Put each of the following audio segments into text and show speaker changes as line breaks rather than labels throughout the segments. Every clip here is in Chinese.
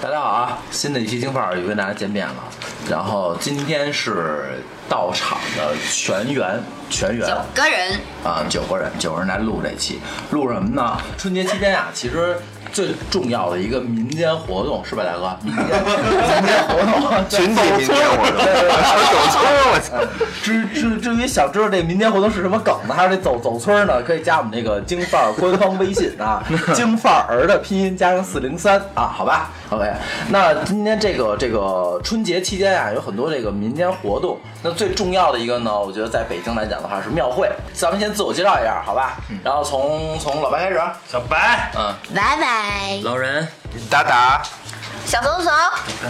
大家好啊！新的一期京范儿又跟大家见面了。然后今天是到场的全员，全员
九个人，
啊，九个人，九个人来录这期，录什么呢？春节期间啊，其实最重要的一个民间活动是吧，大哥？民间民间活 动，
群体民间活动， 走村儿，我操！
至至至于想知道这民间活动是什么梗呢，还是得走走村儿呢？可以加我们这个京范儿官方微信啊，京范儿的拼音加上四零三啊，好吧？OK，那今天这个这个春节期间啊，有很多这个民间活动。那最重要的一个呢，我觉得在北京来讲的话是庙会。咱们先自我介绍一下，好吧？
嗯
然后从从老白开始，
小白，
嗯，
拜拜，
老人，
达达，
小松松，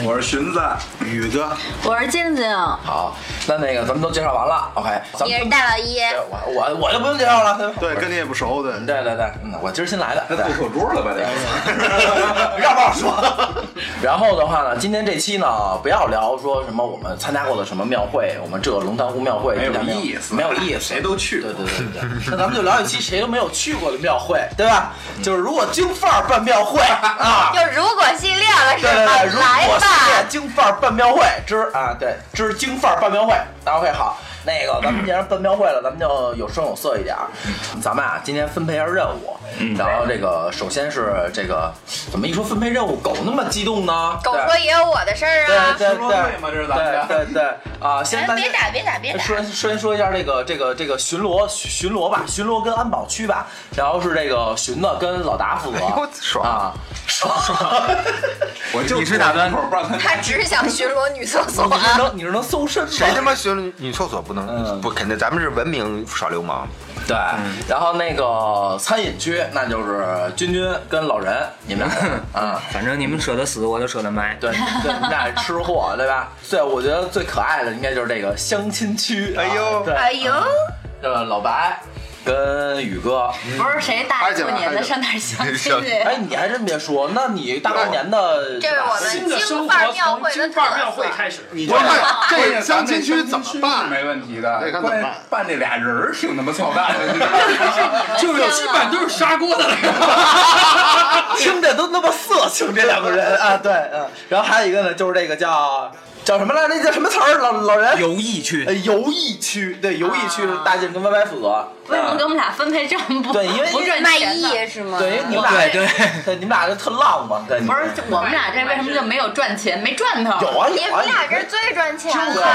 我是荀子，宇哥，
我是静静，
好，那那个咱们都介绍完了，OK，咱
也
们
是大老一，
我我我就不用介绍了，对吧？
对，跟你也不熟，对，
对对对，嗯，我今儿新来的，对
错桌了吧？
让不让说？ 然后的话呢，今天这期呢，不要聊说什么我们参加过的什么庙会，我们这个龙潭湖庙会
没有
这两个
意思
没有 意思，谁
都去
对对对 对，对那咱们就聊一期谁都没有去过的庙会，对吧？
嗯
就是如果京范儿办庙会啊。
就如果系列了是
对对
吧？
对，如
啊来
果是
吧，
京范儿办庙会之啊，对，之京范儿办庙会，OK 好，那个咱们既然办庙会了，咱们就有声有色一点儿。咱们啊，今天分配一下任务，
嗯
然后这个首先是这个，怎么一说分配任务，狗那么激动呢？
狗说也有我的事儿
对
啊，
对对
说会嘛这是咱们家
对对对啊，先
哎，
大家
别打别打别打，
说先说一下这个这个这个巡逻巡巡逻吧，巡逻跟安保区吧，然后是这个巡的跟老达负责
哎呦爽
啊，爽，
我就你是打算
他只想巡逻女厕所啊
你 是能你是能搜身吗？
谁他妈学了女厕所不能
嗯
不肯定，咱们是文明耍流氓，
对，然后那个餐饮区那就是君君跟老人你 们俩人啊。
反正你们舍得死，我就舍得埋。
对，对，你们俩是吃货，对吧？对，我觉得最可爱的应该就是这个相亲区。
哎呦
啊对，
哎呦，
呃，老白跟宇哥，
不是谁大一过年的上哪儿相亲去？
哎，你还真别说，那你大过年的，
这是我们京范儿庙会的特色，
开始，
你
不是这相亲区怎么办？
没问题的，
得看怎么办
办这俩人儿挺他妈操蛋的， 就是有新版都是砂锅的
听着都那么色情，这两个人啊，对，嗯，然后还有一个呢，就是这个叫叫什么来着？那叫什么词儿？老老人
游艺区
哎
呃，游艺区，对，游艺区是大静跟歪歪负责。
为什么
嗯
给我们俩分配这么不
对因为
不赚
卖
钱呢？
艺是吗？
对，因为你们俩
对对，
对，你们俩就特浪嘛，对，你
不
们
是我们俩这为什么就没有赚钱？没赚头。
有啊
你
有啊，
们俩这最赚钱
就是
了，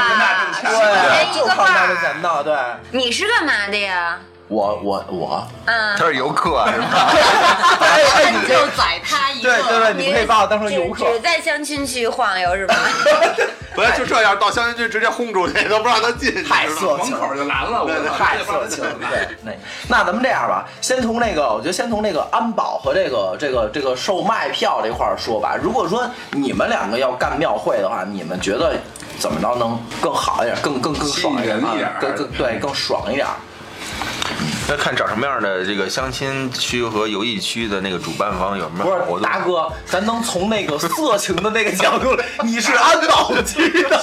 对，
一
就
个
靠
半
那个钱
儿。
的，对，
你是干嘛的呀？
我我我，
嗯，
他是游客是吧？
哎哎，
那
你
你
这
就宰他一个。
对对对，你们可以把我当成游客
只，只在相亲区晃悠是吧？
不是就这样，到相亲区直接轰出去，都不让他进去，
太
知道吗
色
门
情了
口。就拦了， 我
太色情了， 对，那那咱们这样吧，先从那个，我觉得先从那个安保和这个这个这个售卖票这块儿说吧。如果说你们两个要干庙会的话，你们觉得怎么着能更好一点，更更更爽一点
吸
啊
引人一点，
更更对，更爽一点。
那看找什么样的这个相亲区和游艺区的那个主办方有什么
不
好活动？
是大哥，咱能从那个色情的那个角度，你是安保区的，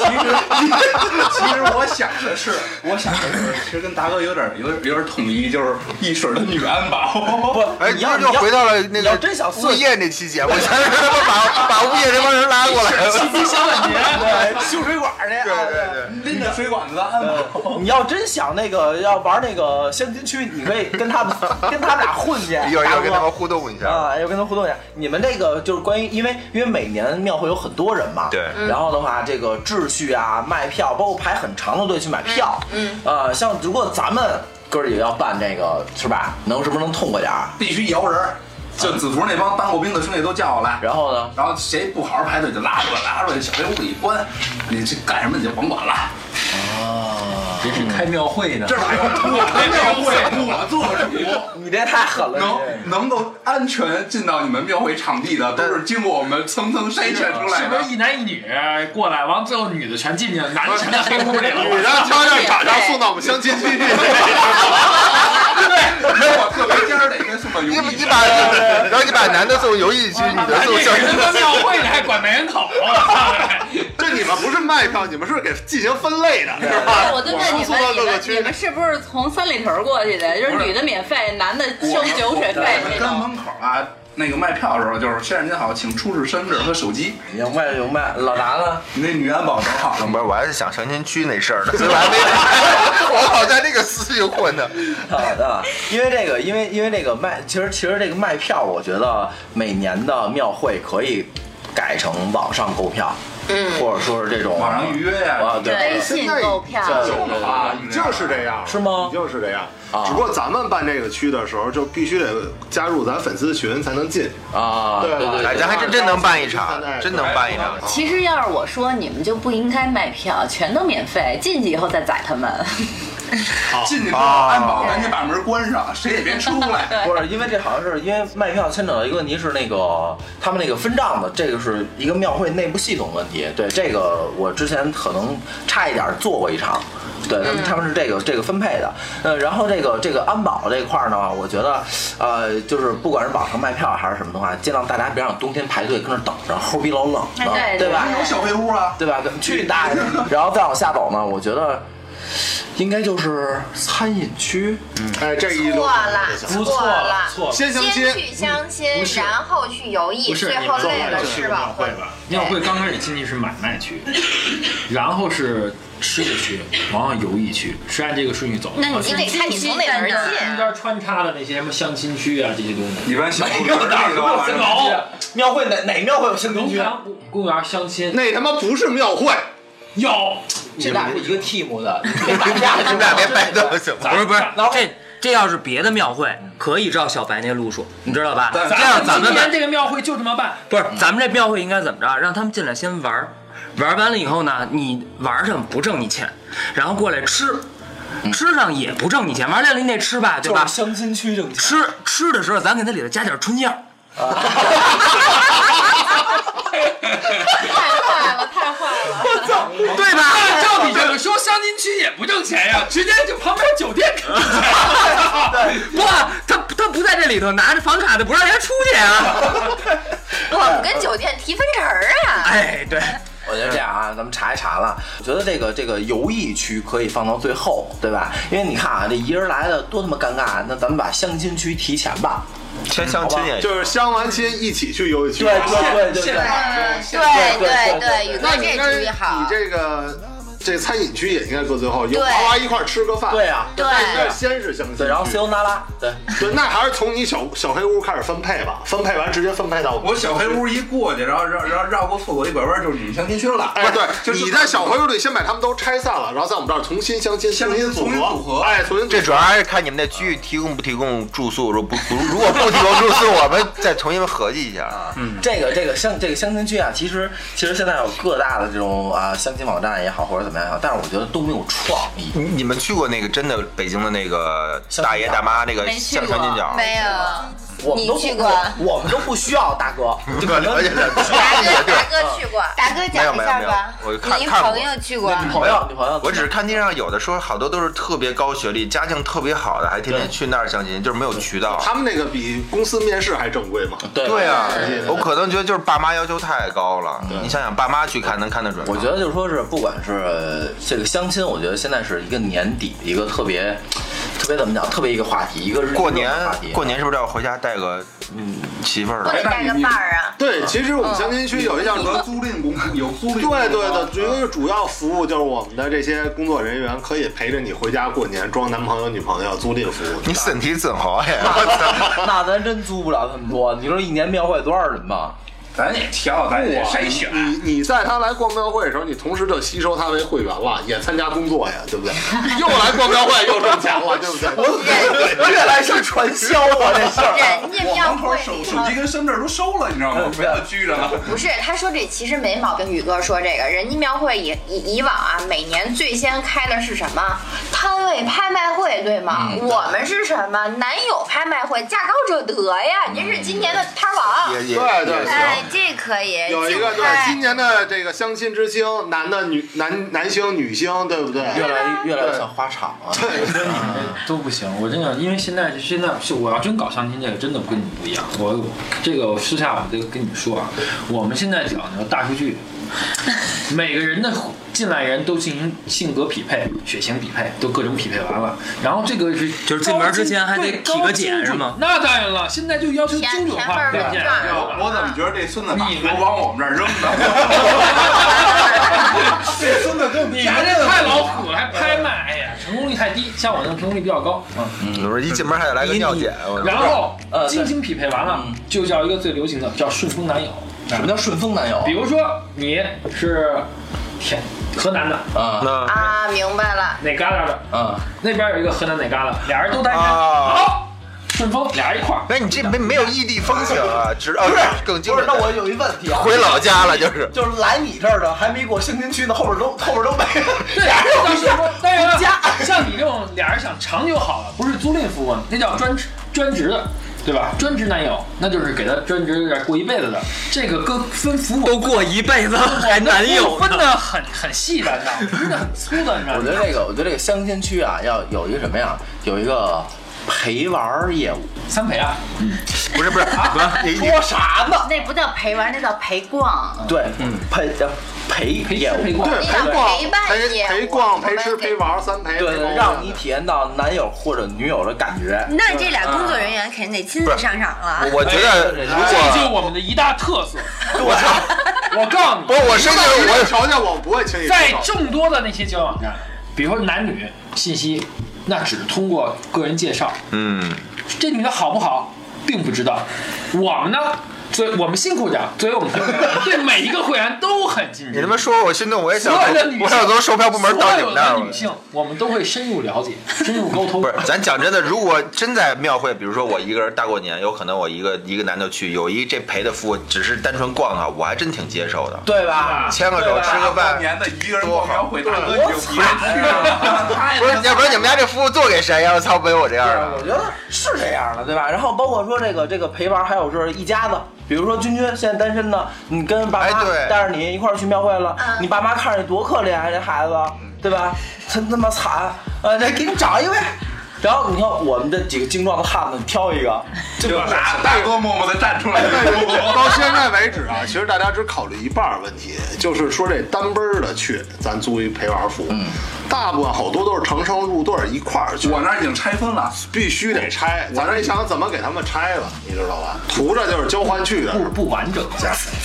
其实我想的是，我想的是，其实跟达哥有点有点有点统一，就是一水的女安保。
不，
哎，
你要
这就回到了那
你要
个
真想
物
色情。
业那期节目， 全是他妈把把物业这帮人拉过来。
对，修水管去。 啊
对对对，
拎着水管子安保，
呃
你要真想那个要玩那个相亲区，你可以 跟他们跟他们俩混去，
一会儿一会
大
儿跟他们
哥。
互动一下。
啊，要跟他们互动一下。你们这个就是关于，因为因为每年庙会有很多人嘛，
对嗯
然后的话，这个秩序啊、卖票，包括排很长的队去买票，嗯，呃，像如果咱们哥儿几个要办这个，是吧？能是不是能痛快点儿？
必须摇人儿。就子图那帮当过兵的兄弟都叫我来，
然后呢，
然后谁不好好排队就拉出来，拉出来小黑屋里一关，你去干什么你就甭管了。
别是开庙会的
这，是我开庙会，我做主。
你这太狠了，你这
能能够安全进到你们庙会场地的，都是经过我们层层筛选出来
是不
的
是。一男一女过来？完最后女的全进去，男的全在黑屋里 了。
女的挑一场上送到我们相亲区去，
对，我特别尖儿的，应该送到游
你
戏
你把， 然后你把男的送游艺区，女的
男
送
的
相
给
亲
人
区。
家庙会呢，还管媒人口，啊我操！
这你们不是卖票，你们是给进行分类的，是吧？
啊
对我就问你
输送到
们，你
各个
们你
区
们。是不是从三里屯过去的？就是女的免费，男的收酒水费
我们
这
跟
种。
门口啊。那个卖票的时候，就是先生您好，请出示身份证和手机。
明白明白，老拿呢？
你那女安保找好了吗？
不是， 我还是想相亲区那事儿呢，所以我还没，我老在这个 私域混呢。
好的，因为这个，因为因为这个卖，其实其实这个卖票，我觉得每年的庙会可以改成网上购票，嗯，或者说是这种
网上预约呀
啊，
微
对，
信购票，
对
有了
啊，
你
你
这样
就是这样，
是吗
你就是这样
啊，
只不过咱们办这个区的时候，就必须得加入咱粉丝群才能进。
啊，
对吧
哎，咱还真真能办一场，真能办一场。啊
其实要是我说，你们就不应该卖票，全都免费，进去以后再宰他们。
进去之后，安保赶紧把门关上，谁也别出来。
不是，因为这好像是因为卖票牵扯到一个问题是那个他们那个分账的，这个是一个庙会内部系统问题。对，这个我之前可能差一点做过一场。对，
嗯
他们他们是这个这个分配的，呃，然后这个这个安保这块儿呢，我觉得，呃，就是不管是网上卖票还是什么的话，尽量大家别让冬天排队跟那儿等着，齁逼老冷
哎
的，
对
对吧？
对
有小黑屋啊，
对吧？去你大爷！然后再往下走呢，我觉得应该就是餐饮区，
哎，这一
错
路
了，
不错
了
了，。错了，
先相亲
先，去相亲，然后去游艺，
不是
最
你
后
们
累了
就
吃饱喝足。
庙会刚开始进去是买卖区，然后是吃的区，然后游艺区，是按这个顺序走的。
那你
你得看你从哪门
进
中
进。啊
间穿插的那些什么相亲区啊这些东西。
一般小黑屋哪
有这么高
庙会哪哪庙会有新
龙
东区？
潭公园相亲
那他妈不是庙会，
有，
这俩是一个 team 的，你别打架
你们俩别掰斗行吗？
不是不是
然后，
这这要是别的庙会，
嗯
可以照小白那路数，你知道吧？这样咱
今
们
年
把
这个庙会就这么办。
不是
嗯
咱们这庙会应该怎么着？让他们进来先玩儿，玩完了以后呢，你玩上不挣你钱，然后过来吃，吃上也不挣你钱，玩累了你得吃吧，对
嗯就是
吧？
相亲区挣钱。
吃吃的时候，咱给它里头加点春药。
啊
太坏了，太坏了！
对吧？
照你这么说，相亲区也不挣钱呀，直接就旁边酒店挣钱。
不，他他不在这里头，拿着房卡的不让人家出去啊！
我们跟酒店提分成儿啊。
哎，对，
我觉得这样啊，咱们查一查了。我觉得这个这个游艺区可以放到最后，对吧？因为你看啊，这一人来的多他妈尴尬啊。那咱们把相亲区提前吧。
先相亲也行。
就是相完亲一起去游戏区。啊
对对对对对。
嗯，对
对
对
对
对，宇
那
哥
你
这
应该
主意
你
好。
这个这餐饮区也应该搁最后，有
对
娃娃一块儿吃个饭。
对啊
那
对
应该先是相亲区，
对，然后
嗯
C O 拉拉，对，
对，那还是从你小小黑屋开始分配吧，分配完直接分配到
我小黑。屋一过去，然后绕绕绕过厕所一拐弯，就是你们相亲区了。
哎，对，
就是
你在小黑屋里先把他们都拆散了，然后在我们这儿重新相亲，
相
重
亲
新组
重新
合，
组合
哎，重新组
这主要还是看你们那区域提供不提供住宿，如果不不如果不提供住宿，我们再重新合计一下。啊
这个这个相这个相亲区啊，其实其实现在有各大的这种啊相亲网站也好，或者怎么样也好，但是我觉得都没有创意。
你你们去过那个真的北京的那个大爷大妈那个
没去
相
过
相亲角？
没有，
我们都
你
不
去过啊
我们都不需要大哥。
你们了 解了解
达
了
哥
解
达哥去过，达哥
讲一下吧没有没有没有我看
你
看过
朋友去过，啊
女朋友，女朋友，
我只是看电视上有的说，好多都是特别高学历、家境特别好的，还天天去那儿相亲，就是没有渠道。
他们那个比公司面试还正规嘛？
对
对啊，
啊对
我可能觉得就是爸妈要求太高了。你想想，爸妈去看能看得准吗？
我觉得就是说是，不管是呃这个相亲，我觉得现在是一个年底一个特别特别怎么讲，特别一个话题，一个日
过年
热门话题。啊
过年是不是要回家带个嗯媳妇儿
不
了？
得带个伴儿啊。
对，其实我们相亲区有一项
和租赁公司有租赁公司，
对对对，主要主要服务就是我们的这些工作人员可以陪着你回家过年，装男朋友女朋友，租赁服务。
你身体真好哎！我
那咱真租不了那么多，你说一年庙会多少人吧？
咱也挑，咱也得筛选。
你你在他来逛庙会的时候，你同时就吸收他为会员了，也参加工作呀，对不 对？又来逛庙会，又挣钱了，对不 对？
越来越传销
啊
了这事儿。
人家
我
庙
门口
会
手
里
手
头
机跟身份证都收了，你知道吗？没有拘着了。
不是，他说这其实没毛病。宇哥说这个，人家庙会以以以往啊，每年最先开的是什么摊位拍卖会，对吗？
嗯
我们是什么男友拍卖会，价高者得呀！您是今年的摊王。
也 也
对对
也
对
行。
哎，这可以
有一个
竞
对
拍
今年的这个相亲之星，男的女男男星女星，对不对？
越来越越来越像花场啊了。
都不行，我真的，因为现在现在是我要真搞相亲这个，真的 跟你们不一样。我这个私下我这个跟你们说啊，我们现在讲的大数据，每个人的进来人都进行性格匹配、血型匹配，都各种匹配完了。然后这个是
就是进门之前还得
对
体个检
高精
是
准
吗
那当然了，现在就要求
填
精准
填
化
份
对
儿
检
卷儿
我 我怎么觉得这孙子把
你
球
们
往我们这儿扔 的？这孙子更
你们这太老土了，还拍卖，哎呀，成功率太低。像我这种成功率比较高啊。
嗯我说一进门还得来个尿检，我
然后
呃对
精心匹配完了，就叫一个最流行的叫顺风男友。
什么叫顺风男友
比？如说你是天河南的
嗯
那
啊，明白了，
哪旮瘩的，
嗯，
那边有一个河南哪旮瘩，俩人都单身，
啊
好，顺风俩人一块儿。
那你这没没有异地风情啊，只哦
不是
更精
不
准。，
是那我有一问题啊，
回老家了就是。
就是来你这儿的还没过兴津区呢，后边都后边都没了。
对，这 叫顺风。当然了，像你这种俩人想长久好了，不是租赁服务，那叫专职专职的。对吧？专职男友，那就是给他专职过一辈子的。这个跟分服务
都过一辈子了还男友
分
呢？
的很很细的，你知道吗？分的很粗的，你知道
我觉
吗？
得这个，我觉得这个相亲区啊，要有一个什么呀？有一个陪玩儿业务。
三陪啊，
不是不是，你你
说啥呢？
那不叫陪玩，那叫陪
嗯
逛。
对，陪叫嗯陪
陪
业
吃
务。
陪逛。
对，
那
陪
叫
逛、陪陪逛、陪
陪伴业务我
吃、
们给
陪玩三陪，
对
陪玩
对，让你体验到男友或者女友的感觉。
那这俩工作
嗯
人员肯定得亲自上场了。
我觉得如
这就是
果
我们的一大特色。
我操！
我告诉
不
你，
是我甚至
那我
我
条件我不会轻易接
在
受。
众多的那些交友网站，比如说男女信息，那只是通过个人介绍，
嗯，
这女的好不好并不知道。我们呢，作为我们辛苦点儿，作为我们 会员，对每一个会员都很尽
你
职
他。妈说我心动，我也想
所有的女性，
我想从售票部门到你们那
所
儿
有的女性
了。，
我们都会深入了解、深入沟通。
不是，咱讲真的，如果真在庙会，比如说我一个人大过年，有可能我一个一个男的去，有一这陪的服务，只是单纯逛啊的，我还真挺接受的。
对吧？
牵个手，吃个
半
饭，
年的一个人逛庙会，大哥
多啊
你就别去 了，太
不是，要不然你们家这服务做给谁呀？我操，没有我这样
对吧？我
的。
觉得是这样的，对吧？然后包括说这个这个陪玩，还有就是一家子，比如说君君现在单身呢，你跟爸
哎
妈
对
带着你一块儿去庙会了，
嗯
你爸妈看着你多可怜啊，这孩子，
嗯
对吧？真他妈惨，呃，再给你找一位。然后你看我们这几个精壮的汉子，你挑一个，
就大 大哥默默的站出来，
但是 到现在为止啊，其实大家只考虑一半儿问题，就是说这单奔儿的去，咱租一陪玩服务，大部分好多都是成双入对儿一块儿去。
我那儿已经拆分了，
必须得拆，咱这想怎么给他们拆了，你知道吧？图着就是交换去的，
不不完整，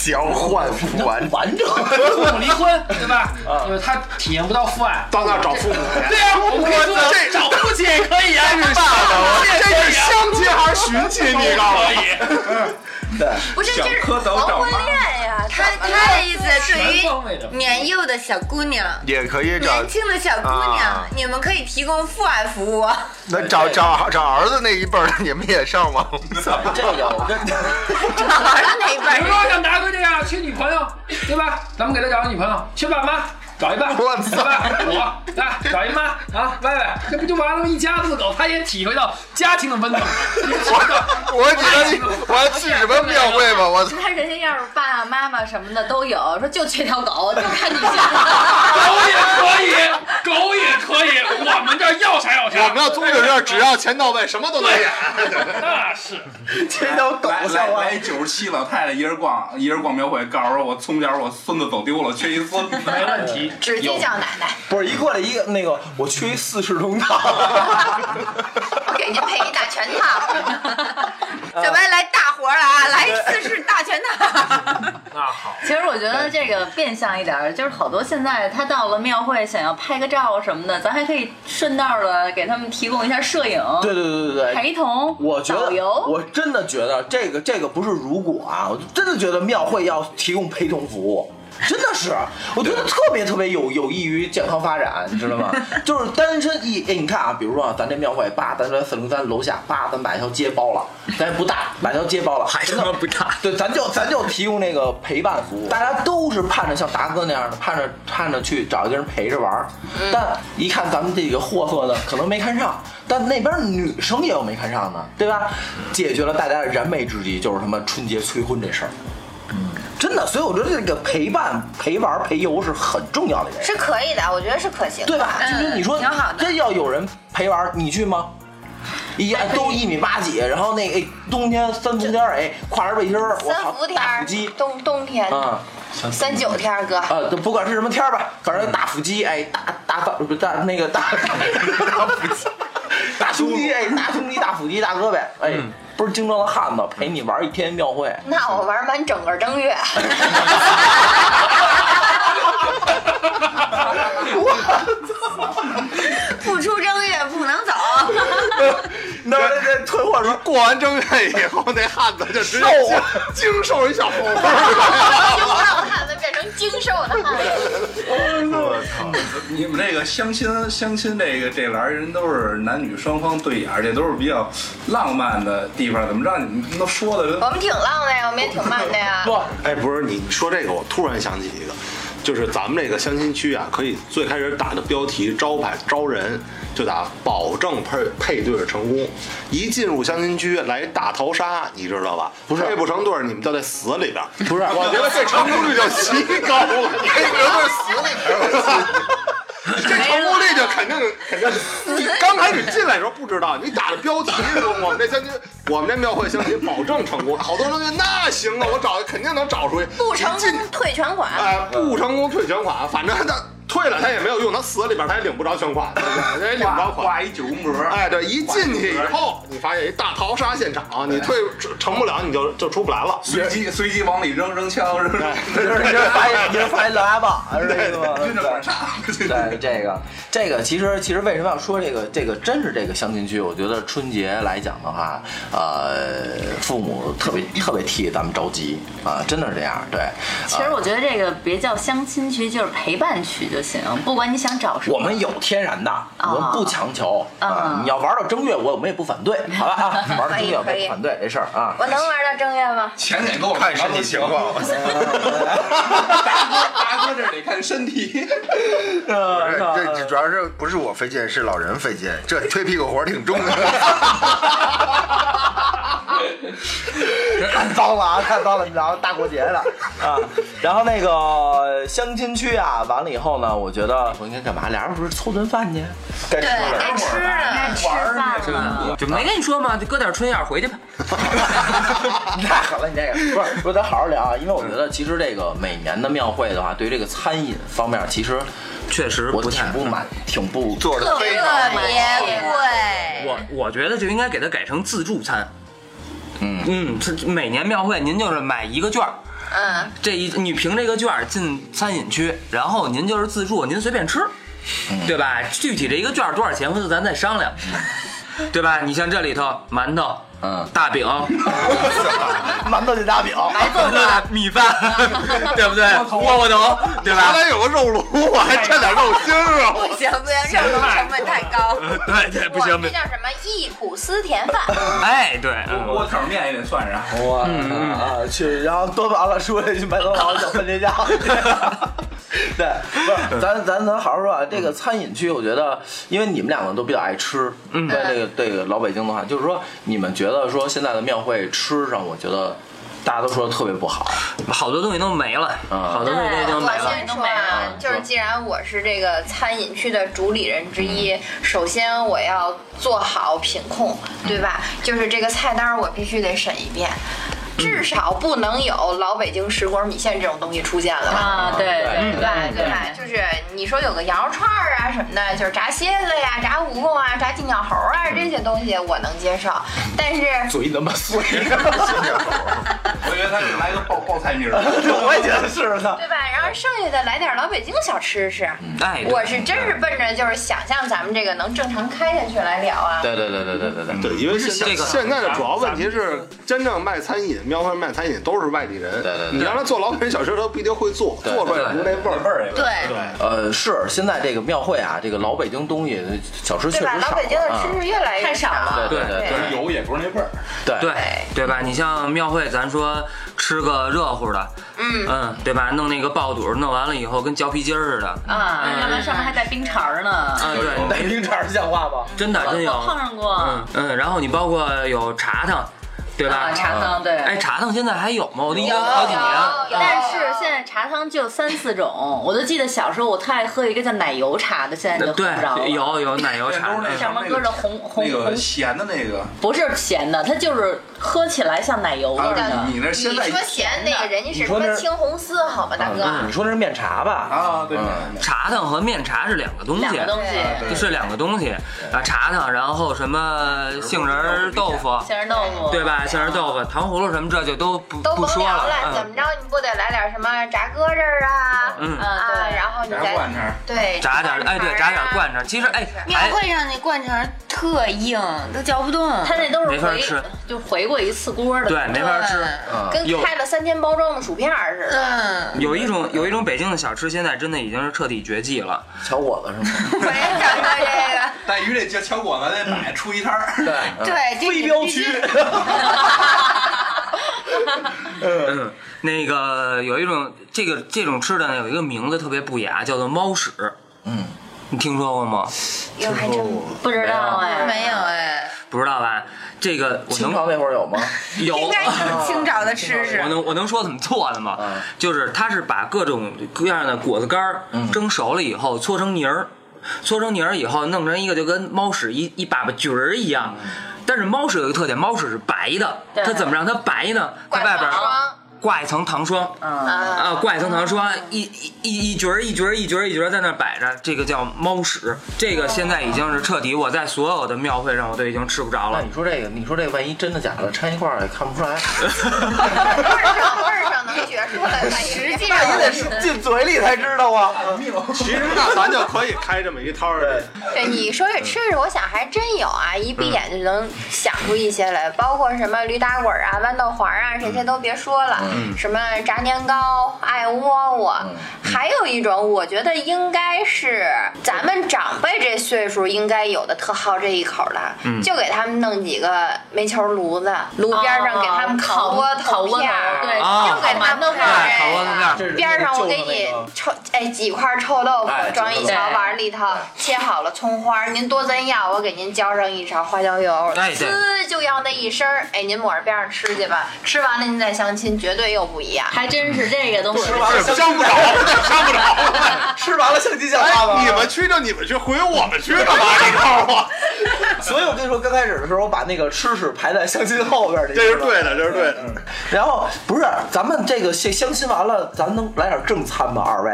交换不完，
完整。
父母离婚，对吧？就是他体验不到父爱。
到那儿找父母去。
对呀，我们可以做
这
找父亲也可以啊，这是
这是相亲还是寻亲？你告诉我，
不是，这是
小蝌蚪
黄
找
昏
妈妈
恋呀。他他的意思对
全方位的
于年幼的小姑娘。
也可以找
年轻的小姑娘，
啊
你们可以提供父爱服务。
哦
那找找找儿子那一辈儿的，你们也上吗？
这个我跟
玩的那一辈
比如
儿，
说像达哥这样缺女朋友，对吧？咱们给他找个女朋友，缺爸妈。找一爸，
我操
对吧？我来找一妈啊，歪歪，这不就完了吗？一家子狗，他也体会到家庭的温度。
我我觉得我还去什么庙会吧？我 操！
他人家要是爸爸妈妈什么的都有，说就缺条狗，就看你 家。
狗也可以，狗也可以，我们这儿要啥有啥。
我们要租这儿，只要钱到位，什么都能演。
那是，
这条狗
来
像
来
话。
来，九十七老太太一人逛，一人逛庙会，告诉我从小我孙子走丢了，缺一孙子。
没问题。
直接叫奶 奶，
不是一过来一个那个，我去一四世同堂。
我给您配一大全 套。
呃
小白来大活了啊！来四世大全套。
那好，
其实我觉得这个变相一点儿，就是好多现在他到了庙会，想要拍个照什么的，咱还可以顺道的给他们提供一下摄影、
对对对对对，
陪同、
我觉
导
得，
游。
我真的觉得这个这个不是如果啊，我真的觉得庙会要提供陪同服务。真的 是，我觉得特别特别有有益于健康发展，你知道吗？ 就是单身一，哎，你看啊，比如说啊，咱这庙会，叭，咱这四零三楼下，叭，咱把一条街包了，咱也不大，把条街包了，
还他妈不大。
对，咱就咱就提供那个陪伴服务，大家都是盼着像达哥那样的，盼着盼着去找一个人陪着玩儿。但一看咱们这个货色呢，可能没看上，但那边女生也有没看上的，对吧？解决了大家的燃眉之急，就是他妈春节催婚这事儿。真的，所以我觉得这个陪伴、陪玩、陪游是很重要的一件 事，
是嗯可以的，我觉得是可行的，
对吧？就是你说
挺好的
真要有人陪玩，你去吗？一都一米八几，然后那个哎冬天三伏天儿哎，跨着背心儿，我
三
操
伏，天
大
儿
腹肌，
冬冬天
啊
三九天儿哥，
啊，都不管是什么天儿吧，反正大腹肌哎，大大大不大那个大大腹肌， 大胸肌哎，大胸肌大腹肌大胳膊哎，不是精壮的汉子陪你玩一天庙会。
那我玩满整个正 月。
不出正月不能 走，
那那那 退货说
过完正月以后，那汉子就直接精精瘦啊一小猴儿。
精瘦的汉子变成精瘦的汉子，
我操！你们这个相亲相亲这个这栏儿人都是男女双方对眼儿，这都是比较浪漫的地方，怎么让你们都说的
我
跟
们挺浪的呀，我们也挺慢的呀。
不，
哎，不是，你说这个，我突然想起一个，就是咱们这个相亲区啊，可以最开始打的标题招牌招人，就打保证配配对成功。一进入相亲区来一大逃杀，你知道吧？不是配不成对儿，你们就得死里边儿。
不是
我觉得这成功率就极高 了，配不成对儿死里边 儿。这成功率就肯定肯定，你刚开始进来的时候不知道，你打着标题，我们这相亲，我们这庙会相亲保证成功，好多人都觉得那行啊，我找肯定能找出去，
不成
一进
功退全款。
哎，不成功退全款，反正他退了他也没有用，他死里边他也领不着全款，对不对他也领不着
挂
款。
挂一九宫格？
哎，对，一进去以后，你发现一大逃杀现场，啊你退成不了，你就就出不来了。
随机随机往里扔扔枪，扔扔
一人一人发一人发一狼牙棒， 是这个吗？
跟着往上。
对这个，这个其实其实为什么要说这个？这个真是这个相亲区，我觉得春节来讲的话，呃，父母特别特别替咱们着急啊，真的是这样。对，
其实我觉得这个别叫相亲区，就是陪伴区就行。不管你想找什么，
呃我们有天然的，我们不强求啊
啊。
你要玩到正月，我我们也不反对，好吧？啊，玩到正月我
可
们
以
也不反对这事儿 啊。
我能玩到正月吗？
钱得够，看身体情况。大哥这得看身体。
呃
不
哎
是这这主要是不是我费劲，是老人费劲，这推屁股活儿挺重的。
太脏了啊！ 太脏了，然后大过节的啊。然后那个相亲区啊，完了以后呢，我觉得我应该干嘛？俩人不是凑顿饭去？
该
对，
啊
该 吃了。
吃饭了，
就没跟你说吗？就搁点春药回 去吧。
你太狠了，你这个不是不是，咱好好聊啊，因为我觉得其实这个每年的庙会的话，对于这个餐饮方面，其实
确实
我
不
挺
太
不满，挺不
做的非常
特别贵。
我我觉得就应该给它改成自助餐。
嗯
嗯，这每年庙会您就是买一个券儿，
嗯，
这一你凭这个券儿进餐饮区，然后您就是自助，您随便吃，
嗯
对吧？具体这一个券儿多少钱，回头咱再商量，对吧？你像这里头馒头、
嗯
大饼、
馒头就大饼，
米饭， 对不对？窝窝头，对吧
原？来有个肉炉，我还蘸点肉心儿啊。
不行不行，这种成本太高。
呃对对，不
我
行，
们这叫什么忆苦思甜饭？
哎，对，嗯
窝头面也得算上。
哇啊啊！去，然后多完了出来去麦当劳找番茄 酱。对，不是，咱咱咱好好说啊。这个餐饮区，我觉得，因为你们两个都比较爱吃，嗯，在这个这个老北京的话，就是说，你们觉得说现在的庙会吃上，我觉得大家都说特别不好，
好多东西都没了，
嗯
好多东西都已经
我
没了。
先说啊，就是既然我是这个餐饮区的主理人之一，首先我要做好品控，对吧？就是这个菜单儿我必须得审一遍。至少不能有老北京石锅米线这种东西出现了吧？
啊，对
嗯
对吧？对吧？就是你说有个羊肉串儿啊什么的，就是炸蝎子呀、炸蜈蚣啊、炸金鸟猴啊这些东西我能接受，但是
嘴那么 碎，
我以为他给来个报报菜名儿。
我也觉得是的。
对吧？然后剩下的来点老北京小吃吃。
哎，对
我是真是奔着就是想象咱们这个能正常开下去来聊啊。
对对对对对对对。
对，因为
是
现
这个
现在的主要问题是，真正卖餐饮、庙会卖餐饮都是外地人。
对对对
你让他做老北京小吃，他不一定会做，
对
做出来也不是那味儿。
儿也
对，
呃，是现在这个庙会啊，这个老北京东西小吃
对
确实少
吧？老北京的
啊
吃是越来越
太少
对
了
对对对
有也不是那 味儿。
对
对对吧？你像庙会，咱说吃个热乎的，嗯对吧？弄那个爆肚，弄完了以后跟嚼皮筋儿似的，
啊，要不然上面还带冰碴儿呢。
啊，对，
北京肠像话吗？
真的真
我
有，嗯
碰上过，
嗯嗯，然后你包括有茶汤，对吧？
啊，茶汤对。
哎，茶汤现在还有吗？我都遗
有
忘了好几年。
有
但是现在茶汤就三四种，我就记得小时候我特爱喝一个叫奶油茶的，现在已经喝不着了。
对，有有奶油茶
面，包那
上面搁着红红
那个
红，
咸的那个
不是咸的，它就是喝起来像奶油味儿
啊，
的。
你你那
你
现在
说咸那个，人家
你
是
说那
说
是
青红丝，好吧，大哥。
你说那是面茶吧？
啊，对，
茶汤和面茶是两个东西。
两个东西，
啊对
这是两个东西啊，茶汤，然后什么杏仁豆腐，
杏仁豆腐，
对吧？杏仁豆腐、糖葫芦什么，这就都不
都
不
甭
说
聊了，怎
嗯
么着你不得来点什么炸鸽子儿啊？
嗯
啊，
嗯，
然后你
炸
再
灌肠，
对，
炸点儿，哎，对，炸点儿
灌。
灌肠。其实，哎，
庙
还
会上那灌肠特硬，都嚼不动。
对，它那都
没
是
法
回
吃
就回过一次锅的。
对没法吃。有
嗯
跟开了三天包装的薯片儿似的。
嗯，
有一种有一种北京的小吃，现在真的已经是彻底绝迹了。
瞧我的是吗？
我也想到这
带鱼这叫小果子那摆出一摊儿，
对，嗯
个， 对，这
非
你
标
必
区
须。
嗯，那个有一种这个这种吃的呢，有一个名字特别不雅，叫做猫屎。嗯，你听说过吗？
哟，还真
不知道哎，
没有 哎，
不知道吧？这个我
清
能
朝那会儿有吗？
有。
应该就是清朝的吃食
我。能我能说怎么做的吗？
嗯
就是它是把各种各样的果子干儿蒸熟了以后搓成泥儿，搓成泥儿以后弄成一个就跟猫屎一一粑粑橘儿一样。
嗯
但是猫屎有一个特点，猫屎是白的，
对
它怎么让它白呢？在外边
霜
挂一层糖霜。
嗯，
啊，
啊，挂一层糖霜，一一一一角儿一角儿一角儿一角儿在那儿摆着，这个叫猫屎，这个现在已经是彻底，我在所有的庙会上我都已经吃不着
那
了
啊你。说这个，你说这万一真的假的掺一块儿也看不出来，
味儿上味儿上能觉出来，实际上
得是进嘴里才知道啊。
其实那咱就可以开这么一摊儿，
对你说这吃的，我想还真有啊，一闭眼就能想出一些来，包括什么驴打滚啊、豌豆黄啊，这些都别说了，什么炸年糕、爱窝窝，还有一种我觉得应该是咱们长辈这岁数应该有的特好这一口了，就给他们弄几个煤球炉子，炉边上给他们
哦烤
窝
烤
头
窝
片
头，
儿，
对，
啊
就给馒头片
对，
儿。
烤窝子面儿，
边上我给你
就是那个
臭哎几块臭豆腐
哎
装一
臭豆
腐
小碗里头，切好了葱花，您多咱要，我给您浇上一勺花椒油，
哎对
滋就要那一声儿，哎您抹着边上吃去吧，吃完了您再相亲，绝对又不一样。
还真是这个东西，
是伤不着，伤不
啊
着。
吃完了相亲相爱吗？
哎，你们去就你们去，回我们去干嘛？你告诉我，
所以我跟你说，刚开始的时候，我把那个吃屎排在相亲后边儿，你
这
知
是
道吗
对
嗯
的，这是对的。
然后不是，咱们这个相相亲完了，咱能来点正餐吗？二位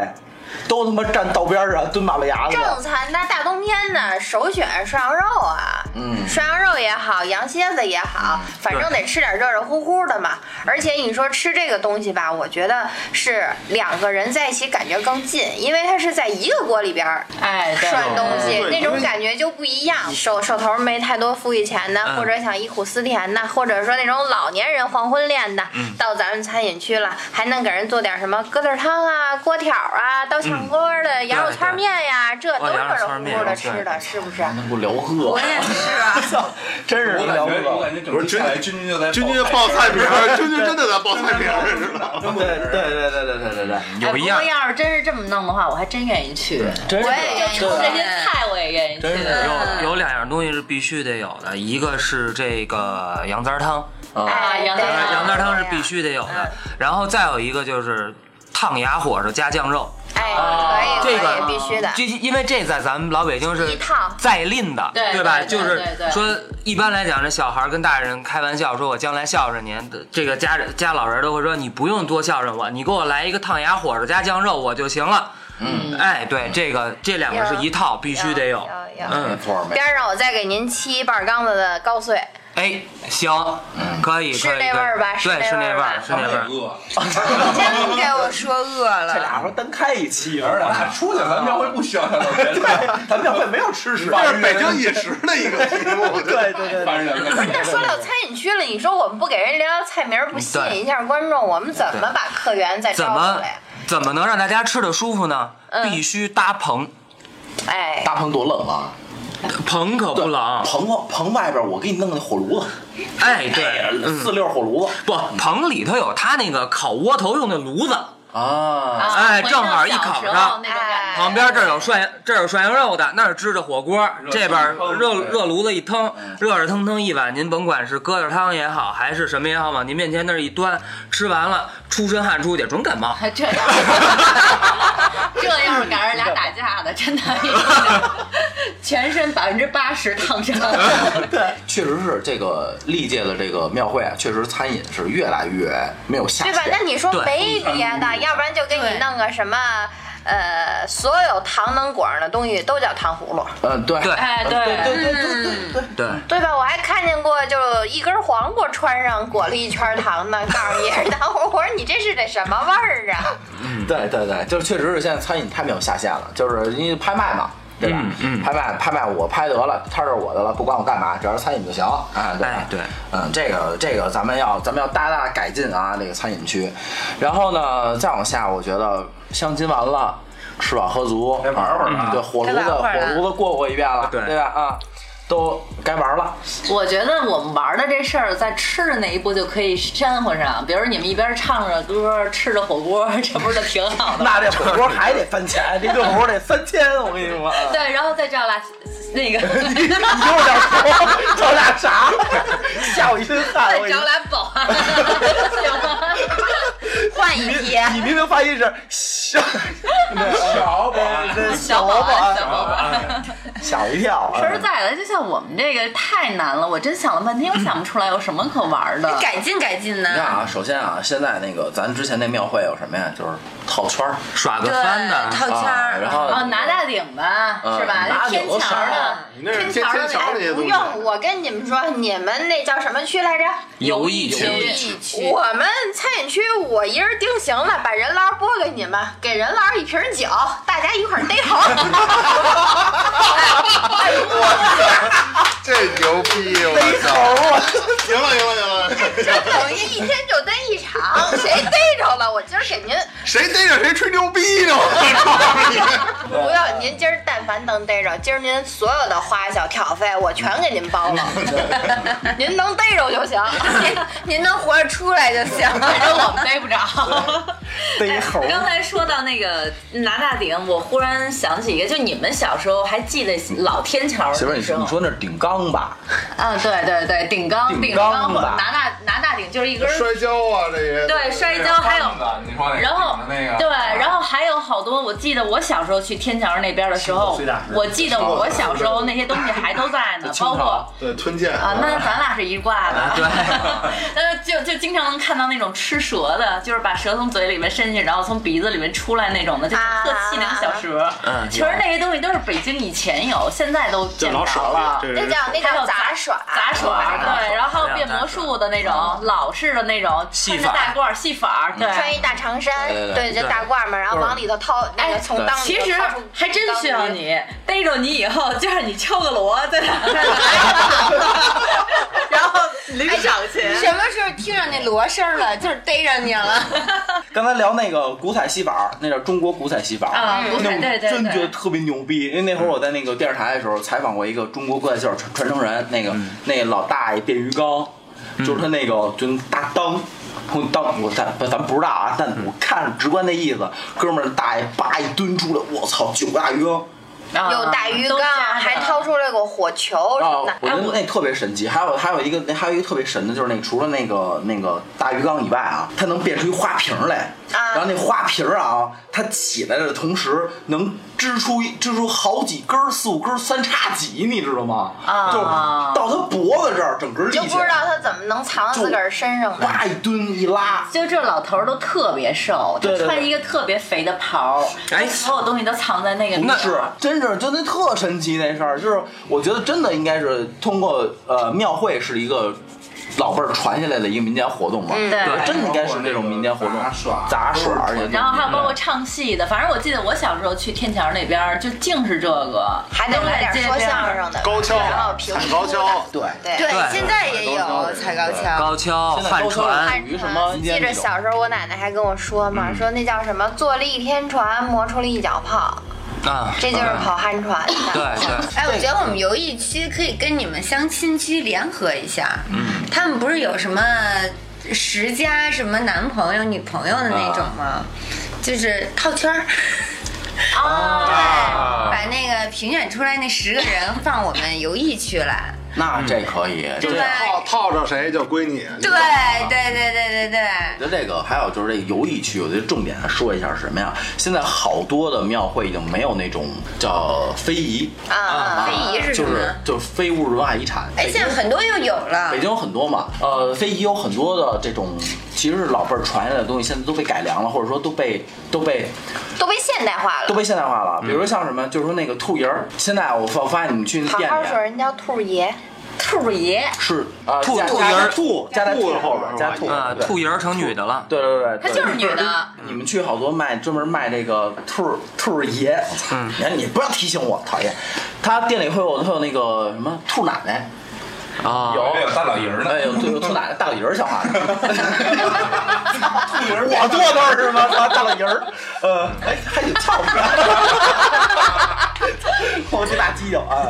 都他妈站道边儿上蹲马路牙子的。
正餐那大冬天呢，首选涮羊肉啊，嗯，涮羊肉也好，羊蝎子也
嗯
好，反正得吃点热热乎乎的嘛。而且你说吃这个东西吧，我觉得是两个人在一起感觉更近，因为它是在一个锅里边儿，
哎，对
涮东西，
对
那
因为
种感觉就不一样。手手头没太多富裕钱的，
嗯
或者想忆苦思甜的，或者说那种老年人黄昏恋的，
嗯
到咱们餐饮区了，还能给人做点什么疙瘩汤啊、锅条啊、
嗯
刀炝锅的、羊肉圈面呀，这都
哦
热
羊肉
热
圈面
乎乎的
对
吃的，是不是？
那不聊饿，
我也是啊，
操，真是
我
聊
感觉我
饿。
感觉整体下来君君就在
君君爆菜名儿，君君真的在爆菜名儿，知道吗？
对对对对对对对对，
有一
哎不
样
过。要是真是这么弄的话，我还真愿意去。
真是
我也愿意
就冲这些菜，我也愿意去。
真是
有有两样东西是必须得有的，一个是这个羊杂汤，
啊，
哎
啊，羊杂
呃
汤
羊杂汤是必须得有的，然后再有一个就是烫牙火烧加酱肉，
哎，可以，可
哦
以，
这个
必须的。
这因为这在咱们老北京是
一套
再吝的，
对
吧？
对对
就是
对对
说，一般来讲，这小孩跟大人开玩笑说：“我将来孝顺您。”这个家家老人都会说：“你不用多孝顺我，你给我来一个烫牙火烧加酱肉我就行了。”嗯，哎，对，这个这两个是一套，必须得有。
有有
没
嗯，
错没错。
边上我再给您沏一半缸子的高碎，
哎，行，可以，
是
可以，
那
可以
味儿吧是
对，
那
是那
味儿
味
吧
儿，是那味儿。
饿，
真给我说饿
这
了。
俩说单开一期，
而且还出去咱庙会不需要他老人，
咱们会没有吃屎。
这是北京饮食的一个题目，
对对对，
反正两个
那说到餐饮区了，你说我们不给人聊聊菜名儿，不吸
对
引一下观众，我们怎么把客源再
怎
招出
么
来？
怎么能让大家吃的舒服呢？
嗯
必须搭棚，
哎，
大棚多冷啊！
棚可不冷。
棚棚外边我给你弄那火炉子，
哎，对，嗯嗯
四六火炉子，
不，棚里头有他那个烤窝头用的炉子，
啊，
哎
回到
正好一烤
小时候
上哎
那种
哎
感觉。
旁边这儿有涮羊，这儿有涮羊肉的，那儿支着火锅，这边儿热热炉子一腾，热热腾腾一碗，您甭管是疙瘩汤也好，还是什么也好，往您面前那儿一端，吃完了出身汗出去准感冒。
这样， 这要是赶上俩打架的， 真的，全身百分之八十烫伤。
对，确实是这个历届的这个庙会啊，确实餐饮是越来越没有下
对吧？那
限。
你说
对嗯
没别的，要不然就给你
对
弄个什么，呃，所有糖能果儿的东西都叫糖葫芦，
嗯，对
对
哎，
对对对对对对对，
对，
对吧？我还看见过，就一根黄瓜穿上裹了一圈糖呢，告诉你 是糖葫芦。我说你这是得什么味儿啊？
对对对，就是确实是现在餐饮太没有下限了，就是因为拍卖嘛，对吧？拍卖拍卖，我拍得了，摊儿是我的了，不管我干嘛，只要是餐饮就行啊，对吧
哎对
嗯，这个这个咱们要咱们要大大改进啊，这个餐饮区。然后呢，再往下，我觉得相亲完了。吃饱喝足，该玩会儿了。对，火炉
该
子，
玩会儿啊了
火炉子过过一遍了，
对
对吧？啊，都该玩了。
我觉得我们玩的这事儿，在吃的那一步就可以掺和上。比如你们一边唱着歌，吃着火锅，这不是就挺好的吗？
那这火 锅还得翻钱，这顿火锅得三千，我跟你说。啊
对，然后再叫俩那个，
你你又想说找俩啥？吓我一身汗！我
再
跟你
找
说
俩保安，行吗？
换一
你
批，
你明明发音是小
小宝，
小保安，小保安。
吓我一跳啊
说！实在的，就像我们这个太难了，我真想了半天，我想不出来有什么可玩的。
改进改进
你看
呢。
啊，首先啊，现在那个咱之前那庙会有什么呀？就是套圈儿
耍个
对，
翻的，
套圈
啊，
儿
然后
哦，拿大顶吧，
嗯
是吧？
拿
天
柳
桥
啥
的
呀
你那是天
桥
天桥
那
那些
哎不
东西，
用，我跟你们说，你们那叫什么区来着？
游艺区，
区
我们餐饮区，我一人定型了，把人捞拨给你们，给人捞一瓶酒，大家一块儿逮猴。哎
这牛逼！
背
我
头
操！
啊！
赢了，赢了，赢了！
真的，一一天就逮一场，谁逮着了，我今儿给您
谁逮着谁吹牛逼呢？我
不要，您今儿但凡能逮着，今儿您所有的花销挑费我全给您包了，您能逮着就行。
您能活着出来就行。
反正我们逮不着。
逮猴
刚才说到那个拿大顶，我忽然想起一个，就你们小时候还记得老天桥
媳妇儿，
那
你
时
说
候
你？说那是顶缸吧？
啊，对对对，顶缸
顶
缸
缸
或者
吧
拿大拿大顶就是一根儿
操！摔跤啊，这些
对摔跤，还有
啊你说那
然后
那个
对，然后还有好多，我记得我小时候去天桥那边的时
青岛
候
最大，是
我记得我小时候那些东西还都在呢，包括。
对吞剑
啊，那咱俩是一挂的，
对，
呃，就就经常能看到那种吃蛇的，就是把蛇从嘴里面伸进去，然后从鼻子里面出来那种的，就是特细那种小蛇。
嗯
其实那些东西都是北京以前有，现在都见不
老手
着了。
这
那叫那
还
叫
有
杂耍，
杂耍，
杂耍
对，然后还有变魔术的那种，老式的那种，
戏
穿
法嗯
着大褂儿戏法儿，对，
穿一大长衫，
对对
对，就大褂嘛，然后往里头掏，那个从裆里
哎其
头
实
掏出
还真需要
钢笔。
你逮着你以后，就让你敲个锣，在哪在 哪， 然后领
哎
赏去。
什么时候听着那锣声了，就是逮着你了。
刚才聊那个古彩戏法儿，那叫中国古彩戏法儿
啊古彩
嗯那我
对对
真
对
觉得特别牛逼。因为那会儿我在那个电视台的时候采访过一个中国古彩戏法儿传传承人，那个那老大爷卞鱼缸，就是他那个就那大裆。从裆，我咱咱不知道啊，但我看着直观那意思，哥们儿大爷叭一蹲出来，我操，九大鱼缸
啊
有大鱼缸，还掏出来个火球什
啊
么！的。
我觉得那特别神奇。还有还有一个，那还有一个特别神的，就是那个除了那个那个大鱼缸以外啊，它能变出一花瓶来。
啊
然后那花瓶啊，它起来的同时能织出一织出好几根儿、四五根儿三叉戟，你知道吗？
啊
就到它脖子这儿，整个立
你就
起
不知
来，
道他怎么能藏自个儿身上呢？
哇一蹲一拉，
就这老头儿都特别瘦，
对
就
对对
穿一个特别肥的袍儿，
哎
所有东西都藏在那个里啊
不
面。
是，真是就那特神奇那事儿，就是我觉得真的应该是通过呃庙会是一个老辈儿传下来的一个民间活动嘛，
嗯对
我真的应该是这种民间活动，
杂耍
杂耍，而且
然后还有包括唱戏的，反正我记得我小时候去天桥那边儿，就净是这个，
还得来点说相声的，
高
然后
跷、
评
踩
书
高跷，
对。
对
对
对，
现在也有踩高跷。
高跷、
现在
旱
高跷
船，
是属于什么？
记着小时候我奶奶还跟我说嘛，说那叫什么，坐了一天船，磨出了一脚泡，
啊，
这就是跑旱船的。
对对。
哎，我觉得我们游艺区可以跟你们相亲区联合一下。嗯，他们不是有什么十佳什么男朋友、女朋友的那种吗？就是套圈儿。
哦
对，把那个评选出来那十个人放我们游艺区来，
那这可以，
对
这
吧？
套套着谁就归你。
对对对对对对。
我觉得这个还有就是这个游艺区，我觉得重点说一下是什么呀？现在好多的庙会已经没有那种叫非遗
啊非遗是什
就
么
是就是非物质文化遗产。
哎，
北
现在
京
很多又有了
北，京有很多嘛，呃，非遗有很多的这种，其实是老辈儿传下来的东西，现在都被改良了，或者说都被都被
都被现代化
都
了。
被现代化了。比如说像什么，就是说那个兔爷儿，现在我发我发现你们去那
好
店
好
里
说，
啊
人叫兔爷，
兔爷，
是啊，
兔
加
兔
加
爷儿
兔加在
兔
兔后边儿，加
兔
兔
啊，
对
兔爷儿成女的了。
对对对，
她
对
就是女的。
你们去好多卖专门卖这个兔儿兔儿爷，你看你不要提醒我，讨厌。他店里会有会有那个什么兔奶奶，
啊，
有
还有大老爷儿呢
哎有对有兔奶奶大老爷儿笑话，兔爷儿 我做的是吗？大大老爷儿， 呃，哎还挺俏皮。 我这大犄角啊，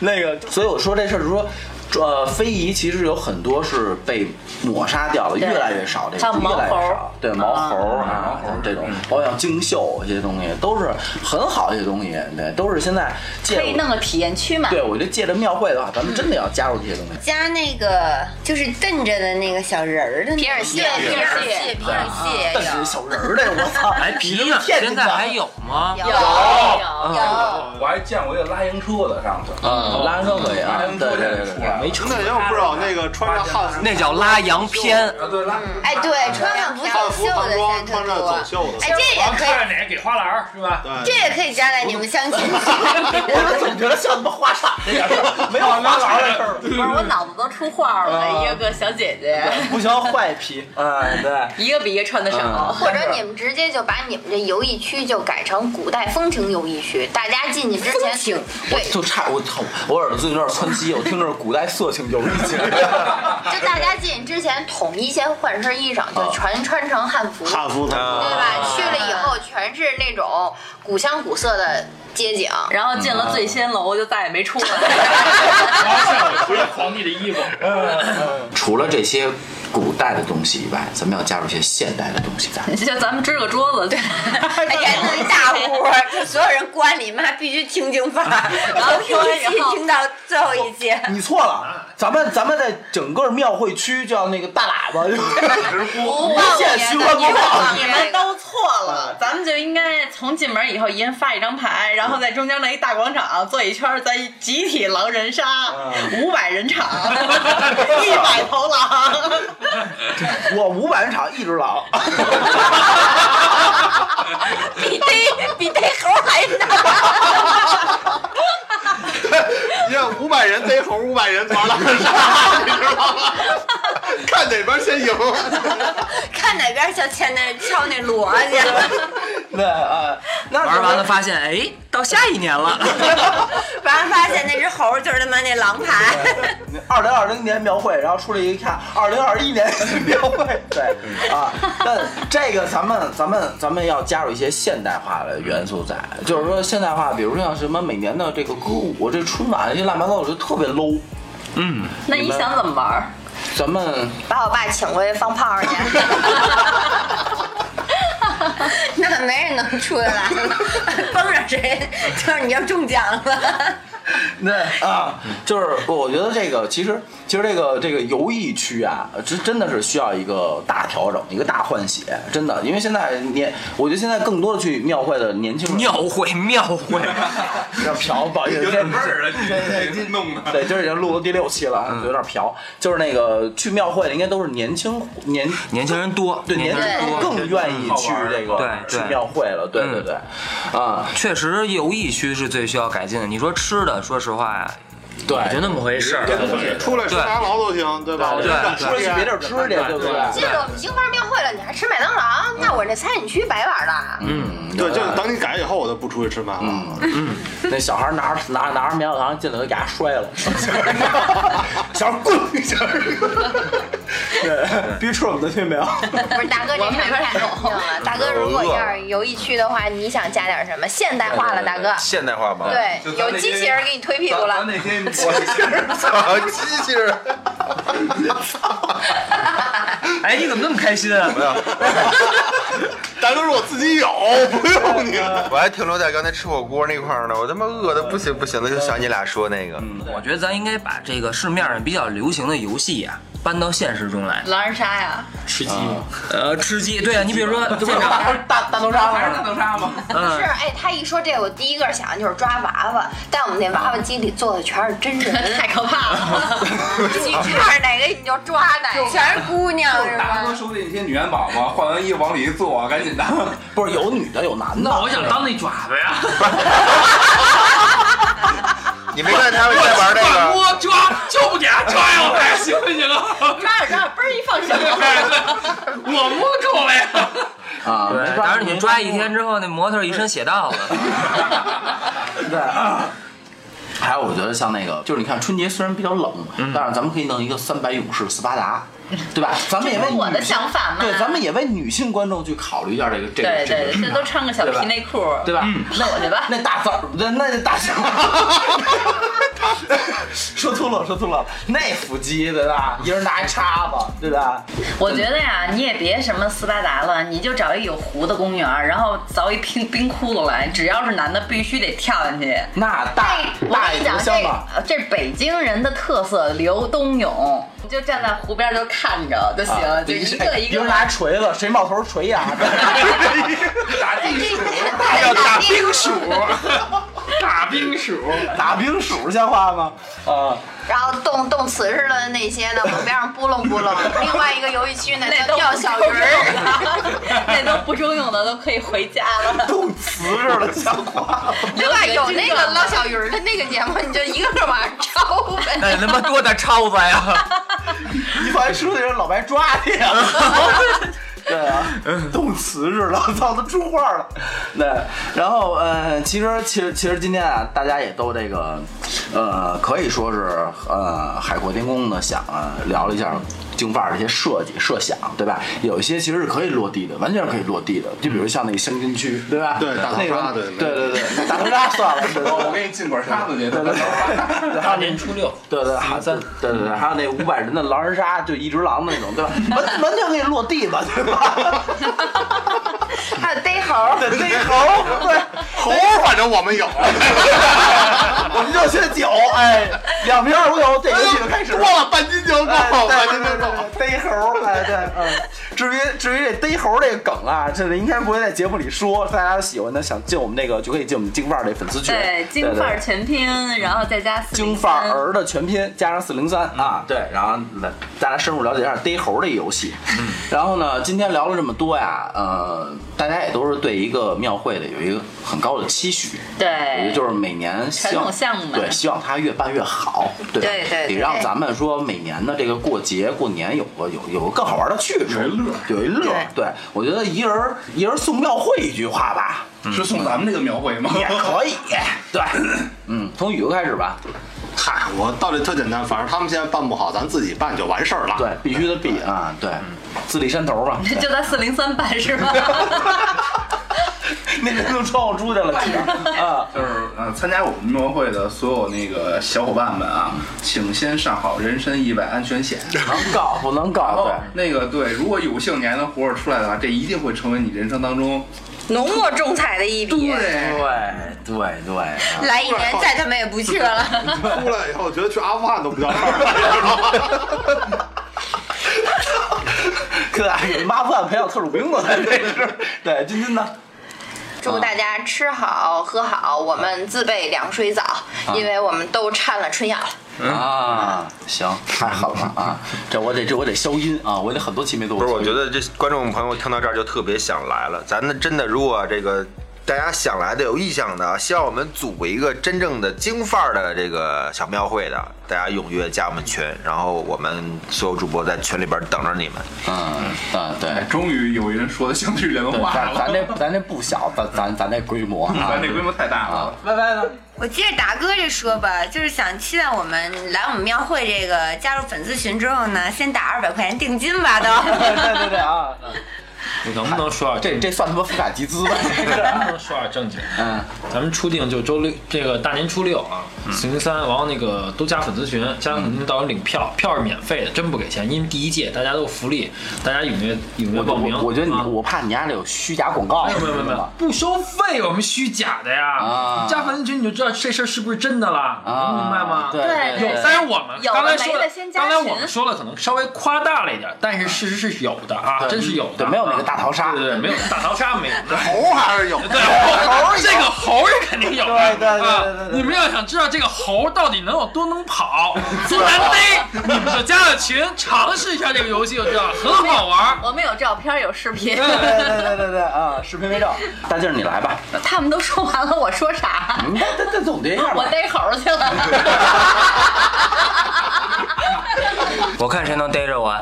那个，所以我说这事儿就是说。呃，非遗其实有很多是被抹杀掉了，越来越少，这
还有
个越
毛
来越
猴儿
少。对毛猴儿啊，像这种，包括像京绣这些东西，都是很好的一些东西，对，都是现在借
可以弄个体验区嘛。
对，我觉得借着庙会的话，咱们真的要加入这些东西。
加那个就是瞪着的那个小人儿的那个
皮尔蟹
对
皮
皮尔
尔蟹啊
蟹，皮尔蟹也
但是
有。
小人儿的，我操！
哎，皮影
骗
现
子吧
在还有吗？
有
啊
有，
我还见过一个拉洋车的上次。
嗯，拉车可以啊对
拉，洋车
对
这
对
个出
对，
来
没
了
出
那也有不少那个穿着汉服，
那叫拉洋片。
啊，对拉。
哎，对，穿汉服
汉
走
服
秀
唐
的
装，
现在
穿
特
着走
多。
秀的。
哎，这也
然后
可以，
看着哪个给花篮儿是吧？
对，
这也可以加在你们相 亲。
我怎么觉得像他妈花洒那点事儿，没有花篮的事 儿。
不是，我脑子都出画了，一个个小姐姐，
不行，坏皮，嗯，对，
一个比一个穿的少。
或者你们直接就把你们这游艺区就改成古代风情游艺区，大家进去之前，对，
就差我操，我耳朵最近有点窜稀，我听着古代色情有一些。
就大家进去之前统一先换身衣裳，就全穿成汉服，
汉服的。
对吧？去了以后全是那种古香古色的街景，
然后进了醉仙楼就再也没出来。
然后 下面不是皇帝的衣服，
除了这些古代的东西以外，咱们要加入一些现代的东西在。
就咱们支个桌子， 对，
哎，给弄一大屋，就所有人关里，妈必须听经 法，然后听一期听到最后一期。
你错了，咱们咱们在整个庙会区叫那个大喇叭， 无限循环播放。
你们都错了，咱们就应该从进门以后一人发一张牌，然后在中间那一大广场坐一圈儿，咱集体狼人杀，五百人场，一百头狼。
我五百人场一只狼，
比逮比逮猴还难。
你看五百人逮猴，五百人玩狼人 杀，你知道吗？ 看哪边先赢。
看哪边像牵那敲那锣去，
对啊，那
玩完了发现，哎，到下一年了。
完了发现那只猴就是他妈那狼牌。
二零二零年描绘，然后出来一看，二零二一 年描绘，对啊，但这个咱们咱们咱们要加入一些现代化的元素在，就是说现代化，比如说像什么每年的这个歌舞，这春晚这乱七八糟，我觉得特别 low。
那你想怎么玩儿？
咱们
把我爸请回去放炮去。
那没人能出得来了， 崩着谁就是你要中奖了。
那啊，就是我觉得这个其实其实这个这个游艺区啊，这真的是需要一个大调整，一个大换血，真的，因为现在年，我觉得现在更多的去庙会的年轻人
庙会，庙会，
要嫖，不好意思，这
有点味儿啊，你这弄 的。
对，今儿已经录到第六期了，
嗯
啊，有点嫖。就是那个去庙会的，应该都是年轻年
年轻人多，
对年
年
轻
轻人
人更愿意去这
好
个
玩
去
对嗯对
庙会了，对对对，啊，
确实游艺区是最需要改进的。你说吃的，说实话呀，也就
对。
那么回事儿。
出来吃大牢都行，对吧？我
对
就敢
出来去别地儿吃去，对不对？
记得我们京范庙会了，你还吃麦当劳？那我这餐饮区白玩了。
嗯，
对，就是等你改以后，我就不出去吃饭了。
那小孩拿着拿拿着棉花糖进来，就给他 摔了。小 孩滚！对，必须吃我们的听没有？
不是大哥，这事儿太 懂了。大哥，如果要是游艺区的话，你想加点什么现代化了，大哥？
现代化吗？
对
就，咱
有
那
机
些
器人给你推屁股
咱
了。
那 天我
操，机器人！
哎，你怎么那么开心啊？
没有，
大哥说我自己有，不用你了。
我还停留在刚才吃火锅那块儿呢，我他妈饿的不行不行的，就想你俩说那个。
我觉得咱应该把这个市面上比较流行的游戏呀、搬到现实中来。
狼人杀呀，
吃鸡吗？
呃，吃鸡，对啊，你比如说现 场，
大大大头鲨
还是大
吗？
头鲨吗？
是，
嗯，
哎，他一说这个，我第一个想的就是抓娃娃，但我们那娃娃机里坐的全是真人，
太可怕
嗯
了。
你看着哪个你就抓哪 个。
全是姑娘是
大哥
吧？
说的那些女元宝嘛，换完衣服往里一坐，赶紧的。
不是有女的有男的，
那我想当那爪子呀，
你没看他们在玩那
把
个？
锅抓就不给他抓呀，我还行不行 啊？
抓着抓着，嘣儿一放手，
我摸够了呀。
啊，没
对，
抓
当然你抓一天之后，那模特一身血道子。
对。啊还有，我觉得像那个，就是你看春节虽然比较冷，但是咱们可以弄一个三百勇士斯巴达，对吧？咱们也为
这不是我的
女性
想法吗
对，咱们也为女性观众去考虑一下这个这个
对
这个
对，
市
这
场，
都穿个小皮内裤，
对吧？
裸着吧。
那大枣，那那大象， 说错了，说错了，那腹肌对吧？一人拿一叉子，对吧？
我觉得呀，你也别什么斯巴达了，你就找一有湖的公园，然后凿一冰冰窟窿来，只要是男的必须得跳进去。
那大
哎我
大
跟
爷
你讲，
不
这
香吧？
呃这是北京人的特色，刘冬泳，你就站在湖边就看着就行，
啊
就
对
一
哎
个一
人
个
拿锤子，谁冒头锤呀？
要打冰鼠，
大冰鼠，
打冰鼠像话吗？啊，
然后动动词似的那些呢，往边上拨弄拨弄。另外一个游戏区呢
那
叫
都
钓小鱼儿，
那都不中用的都可以回家 了。
动词似的像话吗。
对吧？有那个捞
老
小鱼儿的那个节目，你就一个个往上招呗。
哎那你他妈多大超子啊呀！
你放一出去，让老白抓你 啊！对啊，
嗯
动词似的，操，都出话了。对，然后呃，其实其实其实今天啊，大家也都这个，呃，可以说是呃海阔天空的想、啊聊了一下京范儿的一些设计设想，对吧？有一些其实是可以落地的，完全是可以落地的，就比如像那个香根区，对吧？
对大头
那
鲨
个
对
对对对，大头鲨算了，对对对
我给你进管沙子去。
大年初六，
对对，还对对对，还有那五百人的狼人杀，就一只狼的那种，对吧？ 完完全可以落地吧，对吧？
还有逮猴，
对，逮猴，对，
猴反正我们有，
我们就缺酒，哎，两瓶二锅头，这游戏就开始
多
了。
了半斤就
哎
够，
对
半
对
斤
对
就够。
对，逮猴，哎对，嗯。至于至于这逮猴这个梗啊，这应该不会在节目里说，大家喜欢的想进我们那个就可以进我们京范儿这粉丝群，
对，京范儿全拼，然后再加四
京范儿的全拼加上四零三
嗯
啊，对，然后来大家深入了解一下逮猴这游戏。
嗯
然后呢，今天聊了这么多呀，呃，大家也都是对一个庙会的有一个很高的期许，我觉得
对，
就是每年希
传
望
统项目嘛
对，希望它越办越好，对吧
对对对
得让咱们说每年的这个过节过年有个有有个更好玩的去处，有一乐，有一乐。对，我觉得一人儿一人儿送庙会一句话吧，
是送咱们这个庙会吗？
也 可以。对，嗯，从宇哥开始吧，
嗨，我道理特简单，反正他们现在办不好，咱自己办就完事儿了。
对，必须得比啊，对，自立山头嘛。
就在四零三办是吧？
那人都穿我猪去了，啊，
就是呃，参加我们庙会的所有那个小伙伴们啊，请先上好人身意外安全险。
能搞不能
然
搞？
后
对，
哦那个对，如果有幸你还能活着出来的话，这一定会成为你人生当中
浓墨重彩的一笔，
对对对，啊
来一年再他妈也不去了。
出来以后觉得去阿富汗都不叫事儿了。
可咋给妈不敢培养特种兵了？这是 对，君君呢？
祝大家吃好喝好，我们自备凉水澡，因为我们都掺了春药了。
啊，行， 太狠了啊！这我得这我得消音啊，我得很多期没做。
不是，我觉得这观众朋友听到这儿就特别想来了。咱们真的，如果这个大家想来的有意向的啊，希望我们组一个真正的京范儿的这个小庙会的，大家踊跃加我们群，然后我们所有主播在群里边等着你们。
嗯嗯，对，
哎，终于有人说的相对人
对，
话
咱咱
了。
这咱这不小，咱咱咱这规 模 啊
咱这规 模太大
啊
了，！
拜拜呢？
我接着达哥这说吧，就是想期待我们来我们庙会这个加入粉丝群之后呢，先打二百块钱定金吧都。
对对对啊，
你能不能说点
这这算他妈非法集 资吧？这个
能不能说点正经？
嗯，
咱们初定就周六，这个大年初六啊，四零三，然后那个都加粉丝群，加粉丝群到时候领
嗯
票，票是免费的，真不给钱，因为第一届大家都有福利，大家踊跃踊跃
我
报名。
我我觉得你，
啊
我怕你家里有虚假广告。
没有没有没有没有，不收费，我们虚假的呀。
啊
加粉丝群你就知道这事儿是不是真的了，
啊，
能明白吗？
对
对
对
有，但是我们
呃有的
刚才说
没
了
的先，加
刚
群
才我们说了，可能稍微夸大了一点，但是事实是有的啊，真是有的，
对，没有那个大逃杀。
对对对，没有大逃杀 没有。
头还是有。
对，猴这个猴是肯定有的。
对对对对
啊
对对对
你们要想知道这个猴到底能有多能跑、多难逮，你们就加了群，尝试一下这个游戏就知道了，很好玩。
我们有照片，有视频。
对对对对对啊！视频为证，大静儿你来吧，
他们都说完了，我说 啥？
你再再再哎总结一下
我
吧。
逮猴去了。
我看谁能逮着我。